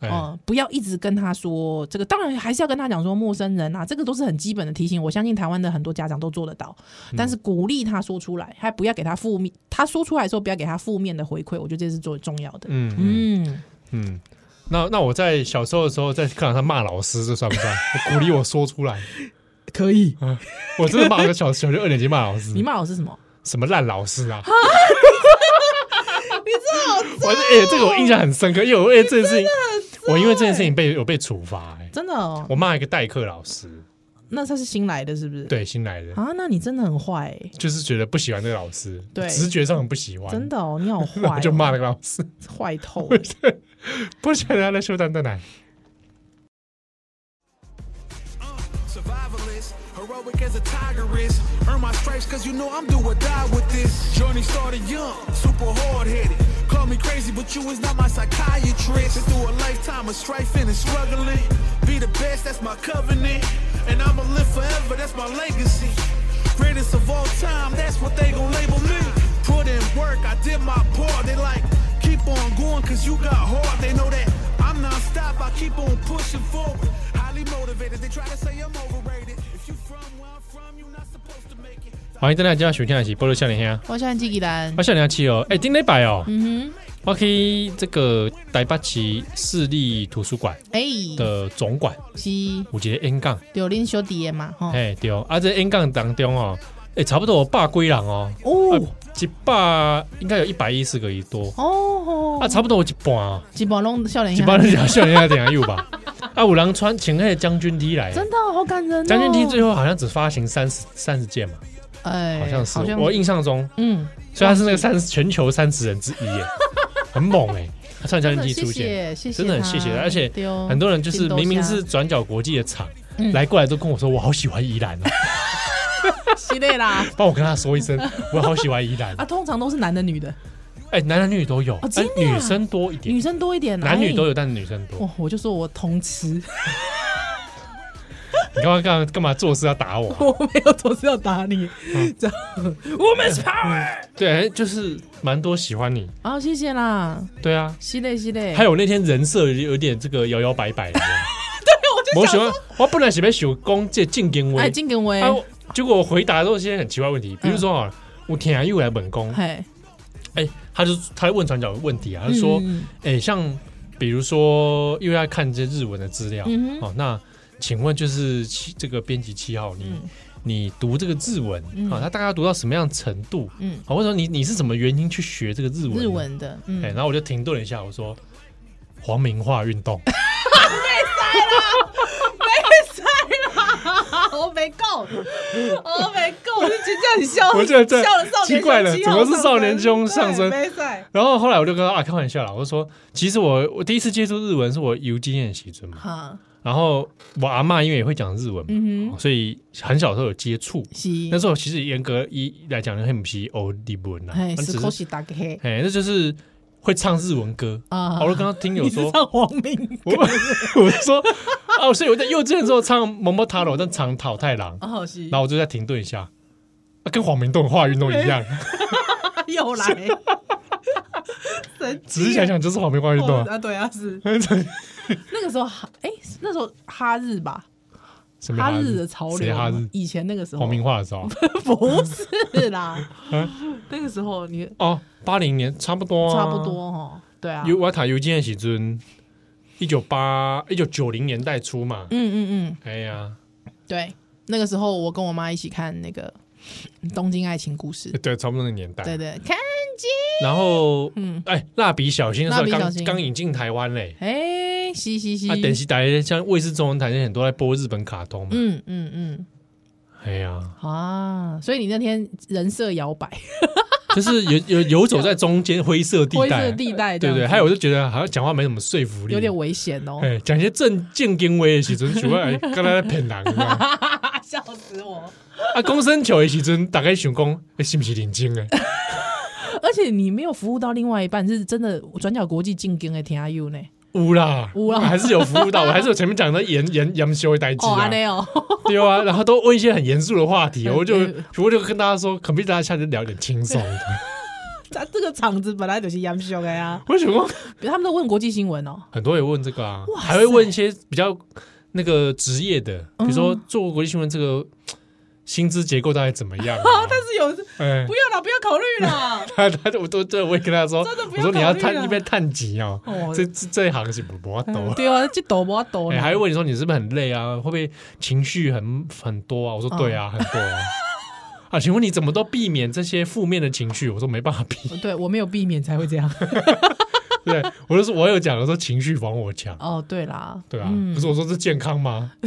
哎
哦，不要一直跟他说这个，当然还是要跟他讲说陌生人啊，这个都是很基本的提醒。我相信台湾的很多家长都做得到，
嗯
但是鼓励他说出来，还不要给他负面，他说出来的时候不要给他负面的回馈，我觉得这是最重要的。
嗯嗯
嗯，
嗯，那那我在小时候的时候，在课堂上骂老师，这算不算？我鼓励我说出来，
可以。
我真的骂个小小学二年级骂老师
你，骂老师什么？
什么烂老师啊！
哦
你这好，我哎、这个我印象很深刻，因为我哎、这件事情，我因为这件事情
欸
被有被处罚、哎，
真的哦，
我骂一个代课老师，
那他是新来的，是不是？
对新来的，
啊，那你真的很坏欸、
就是觉得不喜欢这个老师，
对
直觉上很不喜欢，
真的哦，你好
然后
坏、
我
哦，
就骂 那个老师，
坏 透了。
不喜欢他的修蛋蛋奶。
Uh, survivalist, heroic as a tiger is. Earn my stripes, cause you know I'm do or die with this. Journey started young, super hard headed. Call me crazy, but you is not my psychiatrist. Been through a lifetime of strifing and struggling. Be the best, that's my covenant. And I'ma live forever, that's my legacy. Greatest of all time, that's what they gon' label me. Put in work, I did my part. They like, keep on going, cause you got hard. They know that I'm non-stop, I keep on pushing forward. Highly motivated, they try to say I'm overrated. If
欢迎大家今晚收听的是《波罗少年兄》，
我喜欢纪吉兰
我，少年七哦，哎，顶礼拜哦，
嗯哼，
我去这个台北市市立图书馆
哎、
的总馆，
是
有一个 N 杠，
柳林小弟的嘛，吼，
哎对，啊这 N 杠当中哦，哎差不多有百几人哦，啊
哦
一百应该有一百一十个多，
哦，哎
啊差不多有一半哦，
一半拢少年
一
兄，
半人少年兄怎样有吧？啊有人穿请那个将军 T 来，
真的好感人、哦，
将军 T 最后好像只发行三十三十件嘛，
哎、
好像是
好像
我印象中，
嗯，
所以他是那个三全球三十人之一耶，很猛 哎，他穿将
真
军 T
的谢
出现。
谢，谢谢，
真的很谢谢他而且
对哦
很多人就是明明是
真
转角国际的场
嗯
来过来都跟我说我好喜欢宜兰哦，
多谢是的啦。
帮我跟他说一 声我好喜欢宜兰哦
啊，。通常都是男的女的，
哎，男男女女都有，
哦
哎
真的啊
女生多一点
女，生多一点，啊
男女都
有。
有，但女生多。
哎哇，我就说我同吃，
你刚刚干嘛干嘛做事要打我啊？
我没有总是要打你，
嗯
这样。Woman's power
对，就是蛮多喜欢你。
啊，谢谢啦，
对啊，
系列系列。
还
有，
有那天人设有点这个摇摇摆 摆的。
我就
我
想
喜
说
欢，我本来喜欢喜攻这进根威
哎，，金根威，
啊，我结果我回答都是一些很奇怪的问题，比如说
嗯
啊，我天啊又来本宫，
嘿，
哎，他就他问转角的问题啊，他说。
嗯
哎、像比如说，因为要看这日文的资料，
嗯哼
哦，那请问就是七这个编辑七号，你、
嗯
你读这个日文啊、
嗯
他大概要读到什么样的程度？哦
嗯，
好、或者说你你是什么原因去学这个日文？
日，文的，
哎、
嗯
然，后我就停顿了一下，我说皇民化运动，
我没够，我没够，我就觉得很笑
我觉得这
笑了少年哦
奇怪了
胸
怎么是
肌好
少年胸上升
对没赛
然后后来我就跟他啊开玩笑啦，我就说其实我我第一次接触日文是我有经验的习尊嘛，
哈，
然后我阿嬷因为也会讲日文嘛，哦
嗯哼，
所以很小时候有接触，
是，
那时候其实严格一来讲，很不是欧日文啊，
哎，
那
是
只
口
是
是打给
哎，那就是会唱日文歌。哦
啊
我就跟他听友
你是
说，
唱黄明
我我就说哦，所以我在幼稚园的时候唱《萌萌塔罗》，但唱《桃太郎》，
哦，是
然后我就再停顿一下，啊跟黄明洞化运动一样，
又来，神经
仔细想想就是黄明化运动啊，
啊，对啊， 是那个时候哈，哎，那时候哈日吧，
什么
哈日的潮
谁
流
哈
嘛，
日？
以前那个时候
黄明化嗯的时候
不 是啦，那个时候你
哦，八零年差不多啊，
差不多哦，对啊，
有。尤我塔尤金的喜尊，一九八一九九零年代初嘛，
嗯嗯
哎呀，
嗯，对，那个时候我跟我妈一起看那个《东京爱情故 事》，
对，差不多那个年代，
对对，看
然后，
嗯
嗯，哎，蜡笔小新那时候
蜡笔小
刚
新
刚引进台湾嘞，
哎，是是是，
啊，等西台像卫视中文台现在很多在播日本卡通嘛，
嗯嗯嗯，
哎呀，
啊，所以你那天人设摇摆，
就是有有游走在中间灰色地
灰
带，
色地带
对
这样子，
对，还有我就觉得好像讲话没什么说服力，
有点危险哦，
哎，讲一些正正经话的时阵，主要刚才在骗人，你知道吗
笑死我！
啊，公生球的时阵，大概想讲，哎是不是认真 的？
而且你没有服务到另外一半，是真的转角国际进京的 T R U 呢？
有啦，
有啦
还是有服务到，我还是有前面讲的严严严修的代志
哦，
啊
安，内哦，
对啊，然后都问一些很严肃的话题，
嗯
我就
嗯
我就跟大家说，可不可以大家下次聊点轻 松的？
他 这个场子本来就是严肃的呀、
为什么
他们都问国际新闻哦，
很多人问这个啊？
哇塞嗯
还会问一些比较那个职业的，比如说做国际新闻这个薪资结构大概怎么 样、啊？
但 是有
哎
不，要啦，不要考虑啦，
他他我都对我也跟他说
真的，不
我
要
说你要
考虑了啊
探一边探级啊
哦，
这这这一行是不要抖。
对啊，这抖不抖
哎，
呢？
还会问你说你是不是很累啊？会不会情绪很很多啊？我说对
嗯
啊，很多啊。 啊，请问你怎么都避免这些负面的情绪？我说没办法避，
对我没有避免才会这样。
对我就是我有讲我说情绪防我强，
哦，对啦，嗯
对啊，不是我说这健康吗？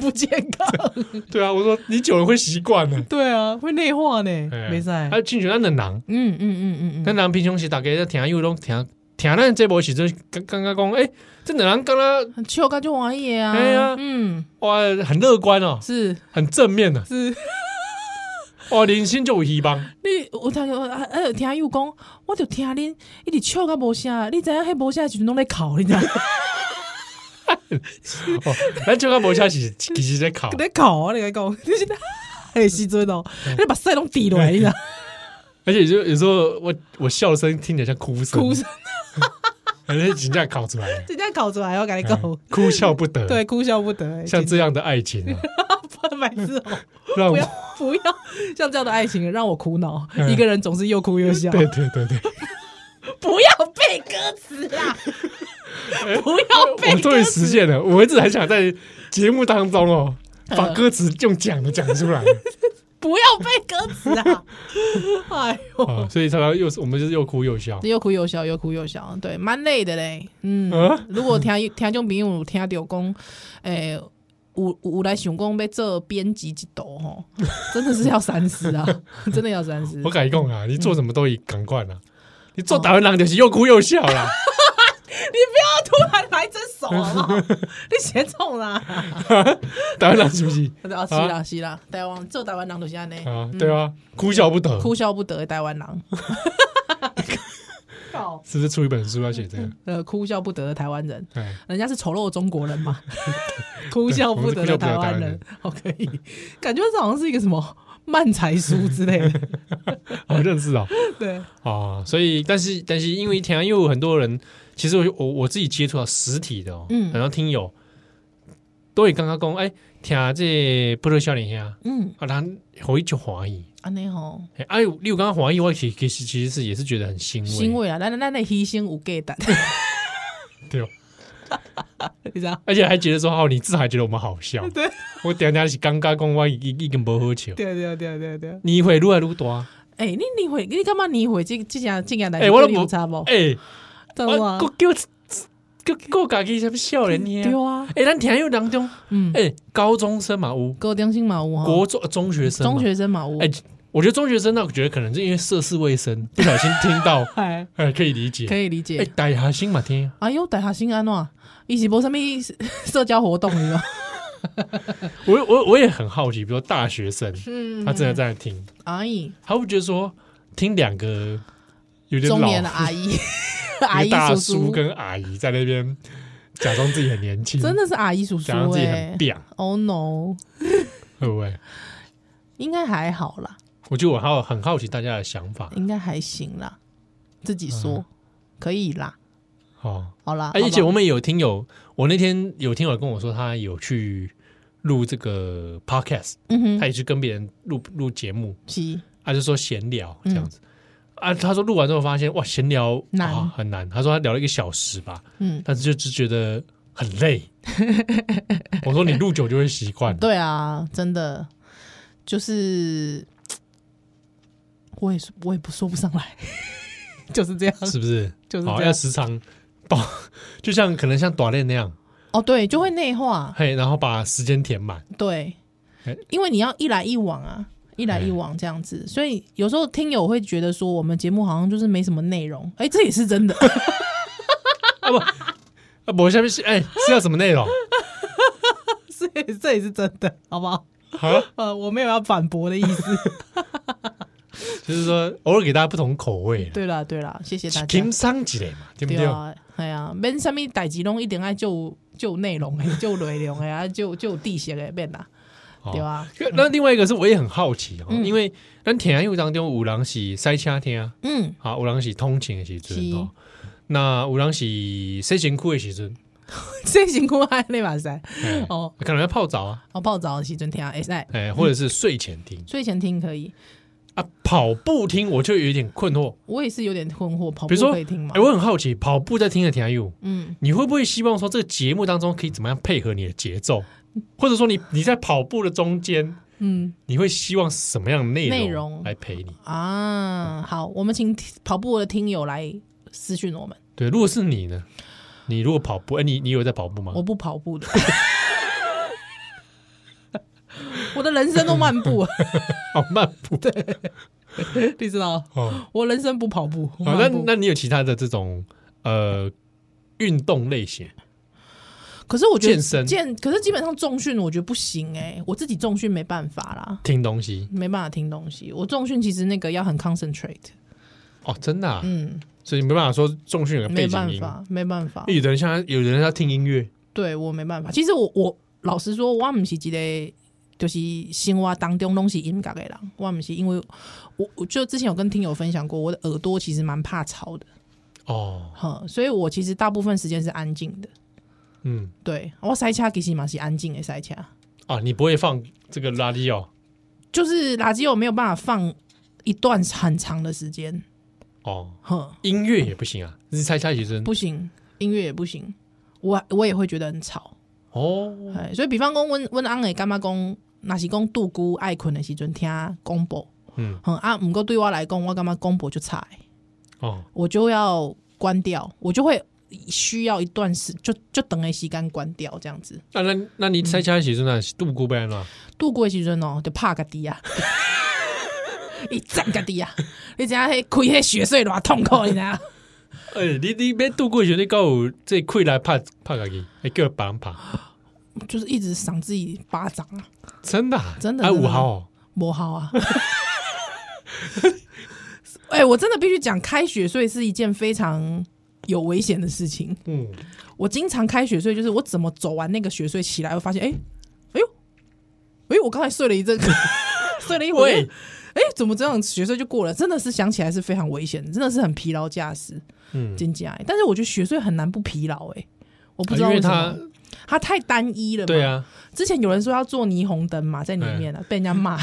不健康，
对啊，我说你久了会习惯的。
对啊，会内化呢，没赛。
啊，进去咱两人，
嗯嗯嗯嗯
咱
嗯，
人平常时大家在听又拢听听咱这波时阵，刚刚刚讲，诶，这两人刚刚
很秋感就王爷啊，
哎呀
嗯，
哇很乐观哦，
是
很正面的、
是。
哇，人生就有希望。
你有听有啊啊有听友讲，我就听恁一直笑到无声，你知影迄无声的时阵拢在哭，你 知道？
哦，咱这个无啥是其实在考，
在哭，我来讲， 你是迄时阵哦，
哎
你目屎拢滴落来，你知 道？
而且就有时候我我笑声听起来像哭声，
哭，
而且真正考出来了，哎
真正哭出来，我跟你讲，
哭笑不得。
对，，哭笑不得，欸
像这样的爱情啊，
犯白痴 哦、
让 我
不要不要像这样的爱情让我苦恼，
嗯
一个人总是又哭又笑。
对对对对，
不要背歌词 啦，不要背
哎我终
歌
于
词。
实现了，我一直很想在节目当中哦，把
呃
歌词用讲的讲 出来
不要背歌词 啊！哎呦，
啊，所以常常又是我们就是又哭又笑，
又哭又笑，又哭又笑，嗯对，蛮累的嘞。嗯，
啊
如果听听众朋友有听到讲，诶、有有来想讲要做编辑一道吼，真的是要三 思啊，真的要三思
我。敢讲啊，你做什么都以赶快啦，你
哦
做台湾人就是又哭又笑 啦，
你不要突然来这首好不 好？你写中啦！啊
台湾人是不是
啊，是啦是啦，台湾做台湾人就是安尼，
啊？对啊，哭笑不得，
嗯哭笑不得的台湾人。靠，
是不是出一本书要写这个？
呃，哭笑不得的台湾人。
哎，
人家是丑陋的中国人 嘛，哭笑不得的台湾人，好可以，感觉这好像是一个什么漫才书之 类的，
好认识哦。
对，
啊，所以但是但是因为天啊，因为有很多人，其实我我我自己接触到实体的哦，
嗯
很多听友都会刚刚讲，哎，听啊这不乐笑脸呀，
嗯，
啊，咱回就怀疑，
安内吼，
哎，啊，你有刚刚怀疑，我其其实其实是也是觉得很欣慰，
欣慰啦，咱咱的牺牲有价值，
对哦，
你知道？
而且还觉得说，哦，你至少还觉得我们好笑，
对，
我等下是刚刚讲我一一根不好笑，
对对对对对，
你会愈来愈大，
哎，你你会你干嘛你会这这件这件代？
哎我都
对你有
不
差不？啊
哎，
真的
我
吗
我？叫我我家己什么笑脸呢？
对啊，
哎，咱听友当中，
嗯，
哎，高中生嘛有。
高中生嘛有哈，
国中呃中学生嘛，
哦中学生嘛有，
哎、我觉得中学生那我觉得可能是因为涉世未深， 不小心听到，
哎，
哎、可以理解。
可以理
哎，
解。
大下心嘛听，
哎呦，大学生安怎？伊是无什么社交活动，你知道？
我我我也很好奇，比如说大学 生，
嗯
他真的在听，
哎。
他会不会觉得说听两个有点
中
老
年的 阿姨、阿
一个大
姨、
叔
叔叔，
跟阿姨在那边假装自己很年轻，
真的是阿姨叔叔
假装自己
哎、
很嗲，
Oh no，
会不会？
应该还好啦，
我觉得我好很好奇大家的想法
应该还行啦，自己
嗯
说、可以啦，
哦。
好啦。
而且
好
我
吧
们有听友，我那天有听友跟我说，他有去录这个 podcast，
嗯
他
哼，
也去跟别人录录节目，
是
他就说闲聊这样子。啊，他说录完之后发现哇，闲聊
嗯难
啊很难。他说他聊了一个小时吧，
嗯，
但是就只觉得很累。 我说你录久就会习惯，
对啊，真的就是，我也是我也不说不上来， 就是这样。
是不是？
就是这样
好要时常把，就像可能像短练那样，
哦，对，就会内化，
嘿，然后把时间填满。
对
哎，
因为你要一来一往啊，一来一往这样子，所以有时候听友会觉得说我们节目好像就是没什么内容，哎、这也是真的，
啊，我下面是哎是要什么内容？
这也这也是真的，好不好？
好，
呃，我没有要反驳的意思。
就是说偶尔给大家不同口味，
对啦，对啦，谢谢大家
平。常积累嘛，对不
对
对？
啊，哎呀，免什么代志拢一定爱就就内容诶，就内容诶，啊，就就地形诶，变啦，
哦
对啊吧？
可那另外一个是我也很好奇哦，
嗯
因为咱天佑当中有人是塞车听啊，
嗯，
有人是通勤的时阵
是
哦，那有人是洗身躯的时阵，
最辛苦啊爱 那把塞
哎
哦，
可能要泡澡啊，
我泡澡的时阵听会使，
哎，或者是睡前听
睡前听可以。
啊，跑步听我就有点困惑，
我也是有点困惑，跑
比
步
如说，
可以听吗
哎，？我很好奇，跑步在听的天佑，
嗯，
你会不会希望说这个节目当中可以怎么样配合你的节奏，或者说你你在跑步的中间，
嗯
你会希望什么样的内
内
容
容
来陪你？
啊，好，我们请跑步的听友来私讯我们。
对，如果是你呢？你如果跑步，哎、你你有在跑步吗？
我不跑步的， 我的人生都漫步，
好哦漫步，对
你知道，
哦。
我人生不跑步。我
好，
漫
那
步
那你有其他的这种呃运动类型？
可是我觉得
健身
健，可是基本上重训我觉得不行哎、我自己重训没办法啦，
听东西
没办法听东西。我重训其实那个要很 concentrate，
哦，真的、啊，
嗯，
所以你没办法说重训有个背
没
景
办
音。哎
法，没办法
因为，有的人像有的人要听音乐，
对我没办法。其实我我老实说，我不是一个就是生活当中拢是音乐的人，我不是因为我我就之前有跟听友分享过，我的耳朵其实蛮怕吵的，
哦，
哈，所以我其实大部分时间是安静的。
嗯，
对，我塞车其实嘛是安静的塞车，
啊，你不会放这个拉力哦，
就是垃圾我没有办法放一段很长的时间，
哦，
哼，
音乐也不行啊，日菜下学生
不行，音乐也不行，我我也会觉得很吵。
哦，
哎，所以比方讲，阮阮翁会感觉讲，若是讲拄久爱困的时阵听广播，
嗯，
哼啊，毋过对我来讲，我感觉广播就差的，
哦，
我就要关掉，我就会需要一段时，就就等诶时间关掉这样子。
那那那你猜下学生啊，杜姑呗嘛，
度过的时阵哦，就拍家己啊，伊赞家己啊，你知影迄开迄血水偌痛苦，你知影？
哎、你你别度过学，你搞有这溃来拍拍个去，还叫别人拍，
就是一直赏自己巴掌啊，
真的、啊、
真的
还
真
五
的
号、哦，
不好啊。 哎、我真的必须讲，开血税是一件非常有危险的事情。
嗯，
我经常开雪睡，就是我怎么走完那个雪睡起来，我发现，哎、哎呦，哎呦，我刚才睡了一阵， 睡了一会
喂
儿，，哎、怎么这样雪睡就过了？真的是想起来是非常危险的，真的是很疲劳驾驶，
嗯，
真假、但是我觉得雪睡很难不疲劳、哎，我不知
啊
道
因为
为什么，
它
它太单一了。
对， 啊，
之前有人说要做霓虹灯嘛，在里面啊，被人 家骂，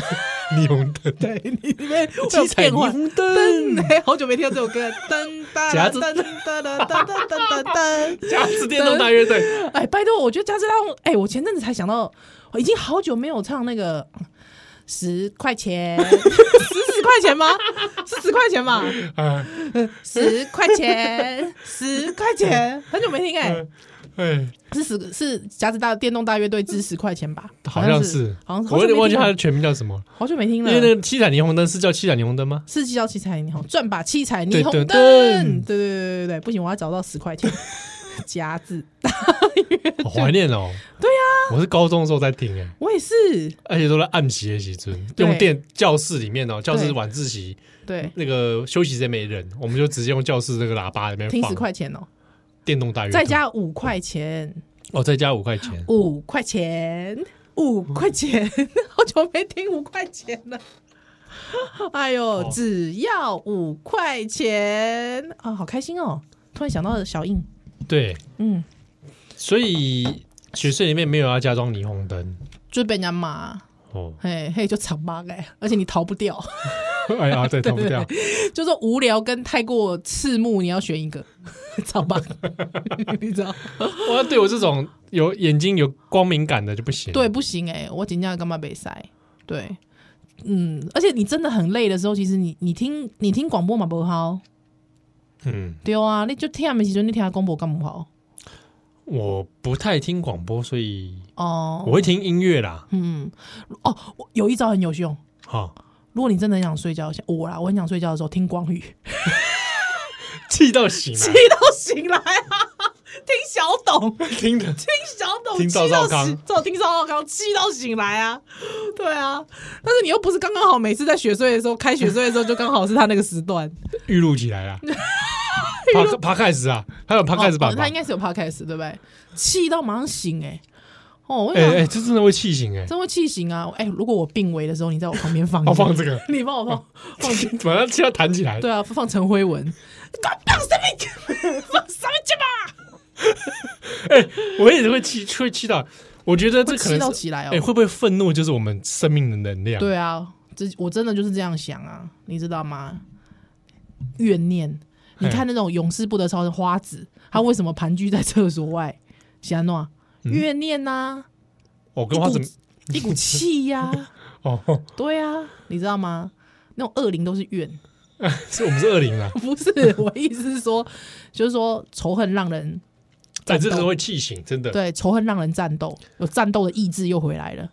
霓虹灯，
对，里面
七彩霓虹灯，
哎，好久没听到这首 歌，噔哒
夹
啦
子
噔噔噔噔噔噔噔噔。
加持电动大乐队，
哎，拜托，我觉得加之浪，哎，我前阵子才想到，我已经好久没有唱那个嗯十块钱， 十十块钱吗？是十块钱吗？
啊，
十块钱，十块钱，很久没听哎、
哎，
是十是夹子大电动大乐队之十块钱吧？
好像
是
是，，
好像是
我有点忘记它
好久没
的
听了
全名叫什么了，
好久没听
因
了，
为那个七彩霓虹灯是叫七彩霓虹灯 吗？
世纪要七彩霓虹，转吧七彩
对
霓虹
对
灯，
对
对对对对对，不行，我要找到 十块钱夹子，
好怀念哦，对啊，我是高中的时候在听哎。
我也是，
而且都在暗时的时阵，
对
用电教室里面哦，教室
对
晚自习
对，
那个休息时间没人，我们就直接用教室那个喇叭里面
听
放
十块钱哦，
电动大乐队，
再加五块钱。
哦，再加五块钱，
五块钱，五块钱， 好久没听五块钱了。哎
哦
呦，只要五块钱啊，好开心哦！突然想到了小印，
对，
嗯，
所以学生里面没有要加装霓虹灯
就是被人家骂，
哦，
嘿嘿，就长骂哎，而且你逃不掉，
哎呀，对，逃不掉，
就说无聊跟太过刺目，你要选一个，长骂，你知道？
我要对我这种有眼睛有光敏感的就不行，
对，，不行哎、我紧张干嘛被塞？对，嗯，而且你真的很累的时候，其实你你听你听广播嘛不好，
嗯，
对啊，你就听的时阵，你听广播干不好？
我不太听广播，所以
哦，
我会听音乐啦，
嗯，哦，我有一招很有用。
哈，
如果你真的很想睡觉，像我啦，我很想睡觉的时候听光宇，气
气到醒啊了，
到醒来啊！听小董，听
听的，
小董，
听
气
赵
到
少康
醒，赵听赵少康，气到醒来啊！对啊，但是你又不是刚刚好，每次在雪睡的时候，开雪睡的时候就刚好是他那个时 段。
预录起 来了。爬爬开始啊，还有爬开始版
哦
吧，
他应该是有 podcast 对不对？气到马上醒哎、哦，我
哎
想、
哎，这真的会气醒哎！
真会气醒啊！哎、如果我病危的时候，你在我旁边放，
好哦放这个，
你帮我放放
马上就要弹起来。
对啊，放陈辉 文，敢放什么？放什么鸡巴？
我也会气，会气到。我觉得这可
气到
能是，
起来
哎、
哦！
会不会愤怒就是我们生命的能量？，
对啊，这我真的就是这样想啊，你知道吗？怨念，你看那种永世不得超生花子，他为什么盘踞在厕所外？ 喜安诺，
嗯
怨念 呐、
我、哦跟花子
一股一股气呀、
哦，
对啊，你知道吗？那种恶灵都是怨，
是我们是啊二零啦，
不是我意思是说，就是说仇恨让人
哎，这个会气醒，真的。，
对仇恨让人战斗，有战斗的意志又回来了，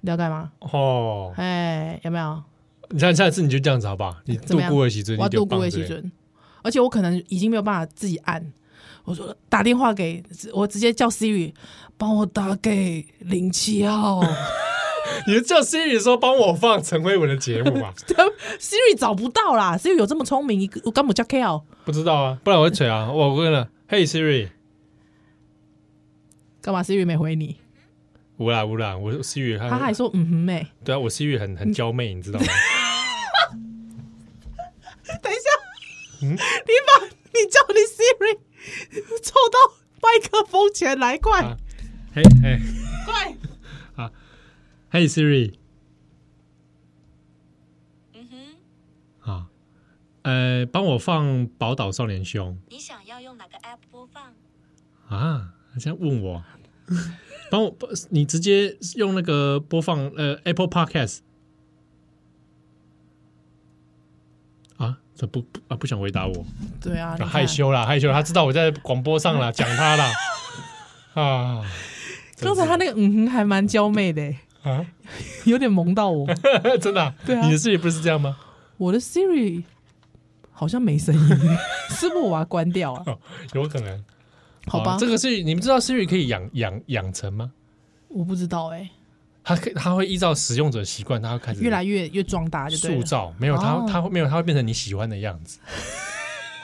你了解吗？
哦，
哎，有没有？
你看下次你就这样子好不好？你
怎
度
么样？
过了几尊，你
我要
就
度
放
过的
这
时
个。
准，而且我可能已经没有办法自己按，我说打电话给我直接叫 Siri 帮我打给零 七号
你就叫 Siri 说帮我放陈慧文的节目吧？
，Siri 找不到啦，Siri 有这么聪明，一个我根本叫 K L，
不知道啊，不然我会嘴啊。我问了，Hey Siri，
干嘛 Siri 没回你？
无啦无啦，我 Siri
他还
他
说嗯哼妹、
对啊，我 Siri 很很娇媚，你知道 吗？
等一下，你把你叫你 Siri 凑到麦克风前来，快、
啊嘿嘿
快，
啊 Hey Siri，
嗯哼，
啊，呃，帮我放《宝岛少年凶
你想要用哪个 app 播放？》
啊，他这样问我，帮我，你直接用那个播放呃 Apple Podcast 啊，这不不啊不想回答我，
对啊，
啊
你看
害。羞啦，害羞啦，他知道我在广播上 啦，讲他啦，啊，
刚才他那个嗯哼还蛮娇媚的欸，
啊，
有点萌到我。
真的、
对啊
你的事情不是这样吗？
我的 Siri 好像没声音， 是不是我把它关掉啊？
哦，有可能，
好吧，
哦这个是你们知道 Siri 可以养养养成吗？
我不知道哎，
它可以它会依照使用者习惯，它会开始
越来越越壮大就对
塑
了。
造，没有它
哦
它会没有它会变成你喜欢的样子，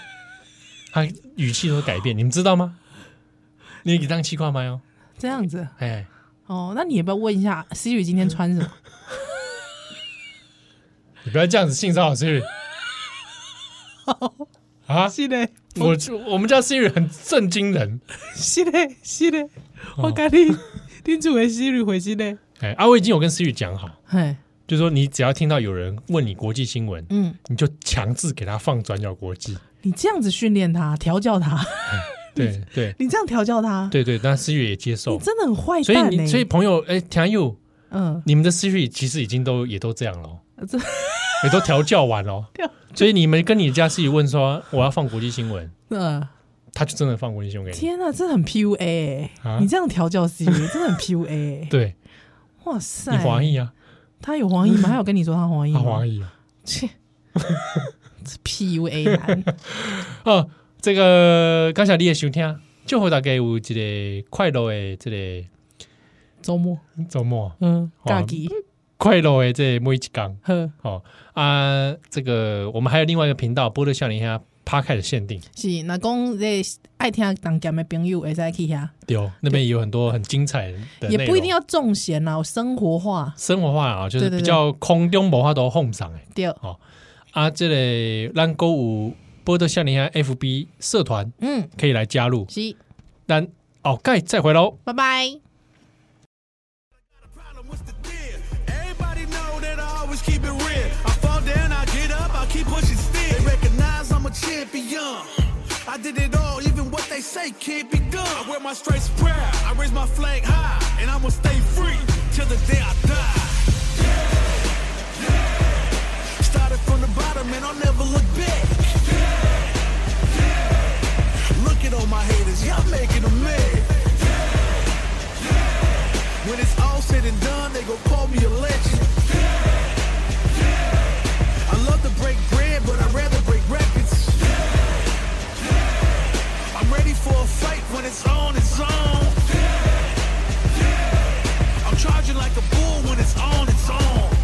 它语气都会改变，你们知道吗？你给当气话吗？哟，
这样子
哎，
哦，那你要不要问一下 Siri 今天穿 什么？
你不要这样子性骚扰 Siri 啊！
是的，
我我们家 Siri 很震惊人，
是的，是的，
哦
我跟你叮嘱的 Siri 回信的。
哎，啊，我已经有跟 Siri 讲好，
嘿，
就说你只要听到有人问你国际新闻，
嗯，
你就强制给他放转角国 际。
你这样子训练他，调教他，
对对
你这样调教他，
对对，那 Siri 也接受
你，真的很坏
所以
蛋
你
欸
所以朋友，哎，田佑，
嗯，
你们的 Siri 其实已经都也都这样了哦，
这
也都调教完了哦
调教。
所以你们跟你家 Siri 问说我要放国际新闻，
嗯。
他就真的放国际新闻给你。
天啊，这很 PUA，、欸
啊
你这样调教 Siri 真的很 PUA，、欸、
对
哇塞，
你怀疑啊，
他有黄奕吗？他有跟你说他黄奕
他
吗？
怀疑啊。
切， 这 PUA 男，
哦，这个刚才你也收听，就给大家有一个快乐的这个
周末，
周末，
嗯，
好
假期，
快乐的这个每一天。
呵，
哦啊，这个我们还有另外一个频道《波特夏林下 p a r k 的限定，
是那讲这爱听当家的朋友会使去遐，
对哦，那边也有很多很精彩的，
也不一定。要重闲啦，有生活化
生活化啊，就是
对对对
比较空中文化都哄上哎
对，
啊，这类让购物波特夏林下 FB 社团
嗯，
可以来加入。
是，
但哦，盖再回喽。
拜拜。
problem, what's the deal? Everybody know that I always keep it real. I fall down, I get up, I keep pushing still. They recognize I'm a champion. I did it all, even what they say can't be done. I wear my straight spread, I raise my flag high, and I'ma stay free till the day I die. Started from the bottom and I'll never look back. Look at all my haters, y'all making them mad. When it's all said and done, they gon' call me a legend. I love to break bread, but I'd rather break records. I'm ready for a fight when it's on, it's on. I'm charging like a bull when it's on, it's on.